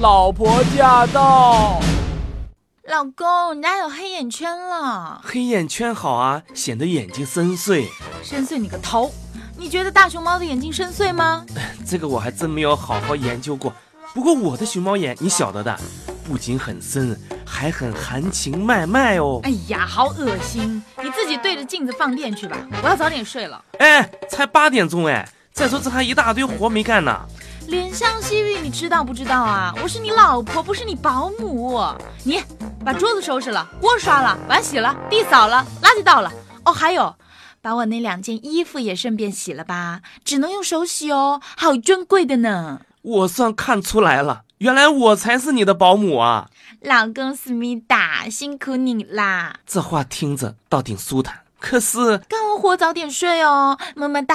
老婆驾到！老公，你家有黑眼圈了，黑眼圈好啊，显得眼睛深邃。深邃你个头！你觉得大熊猫的眼睛深邃吗？这个我还真没有好好研究过。不过我的熊猫眼，你晓得的，不仅很深，还很含情脉脉哦。哎呀，好恶心！你自己对着镜子放电去吧，我要早点睡了。哎，才八点钟哎，再说这还一大堆活没干呢。怜香惜玉，你知道不知道啊？我是你老婆，不是你保姆。你把桌子收拾了，锅刷了，碗洗了，地扫了，垃圾倒了。哦，还有，把我那两件衣服也顺便洗了吧，只能用手洗哦，好珍贵的呢。我算看出来了，原来我才是你的保姆啊！老公思密达，辛苦你啦！这话听着倒挺舒坦，可是干完活早点睡哦，么么哒。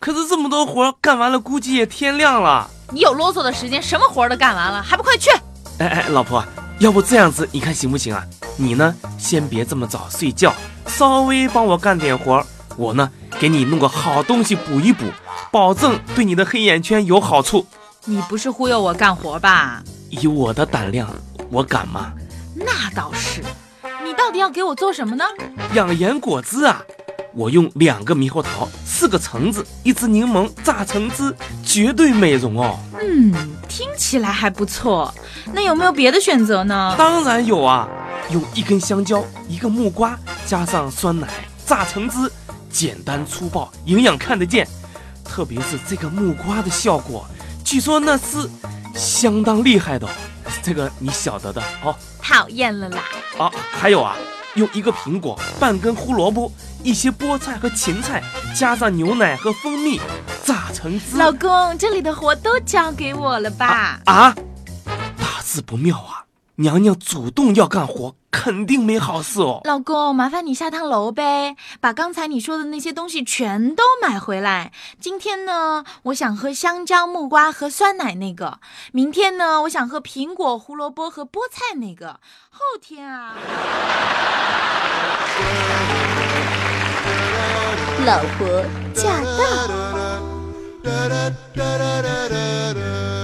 可是这么多活干完了，估计也天亮了。你有啰嗦的时间，什么活儿都干完了，还不快去？哎哎，老婆，要不这样子，你看行不行啊？你呢，先别这么早睡觉，稍微帮我干点活儿，我呢，给你弄个好东西补一补，保证对你的黑眼圈有好处。你不是忽悠我干活吧？以我的胆量，我敢吗？那倒是。你到底要给我做什么呢？养颜果汁啊，我用两个猕猴桃、四个橙子、一只柠檬榨成汁，绝对美容哦。嗯，听起来还不错。那有没有别的选择呢？当然有啊，用一根香蕉、一个木瓜，加上酸奶榨成汁，简单粗暴，营养看得见。特别是这个木瓜的效果，据说那是相当厉害的哦、这个你晓得的哦。讨厌了啦！啊，还有啊，用一个苹果、半根胡萝卜、一些菠菜和芹菜，加上牛奶和蜂蜜，榨成汁。老公，这里的活都交给我了吧？啊，大事不妙啊！娘娘主动要干活，肯定没好事哦。老公，麻烦你下趟楼呗，把刚才你说的那些东西全都买回来。今天呢，我想喝香蕉、木瓜和酸奶那个；明天呢，我想喝苹果、胡萝卜和菠菜那个；后天啊，老婆驾到。 da da da da da da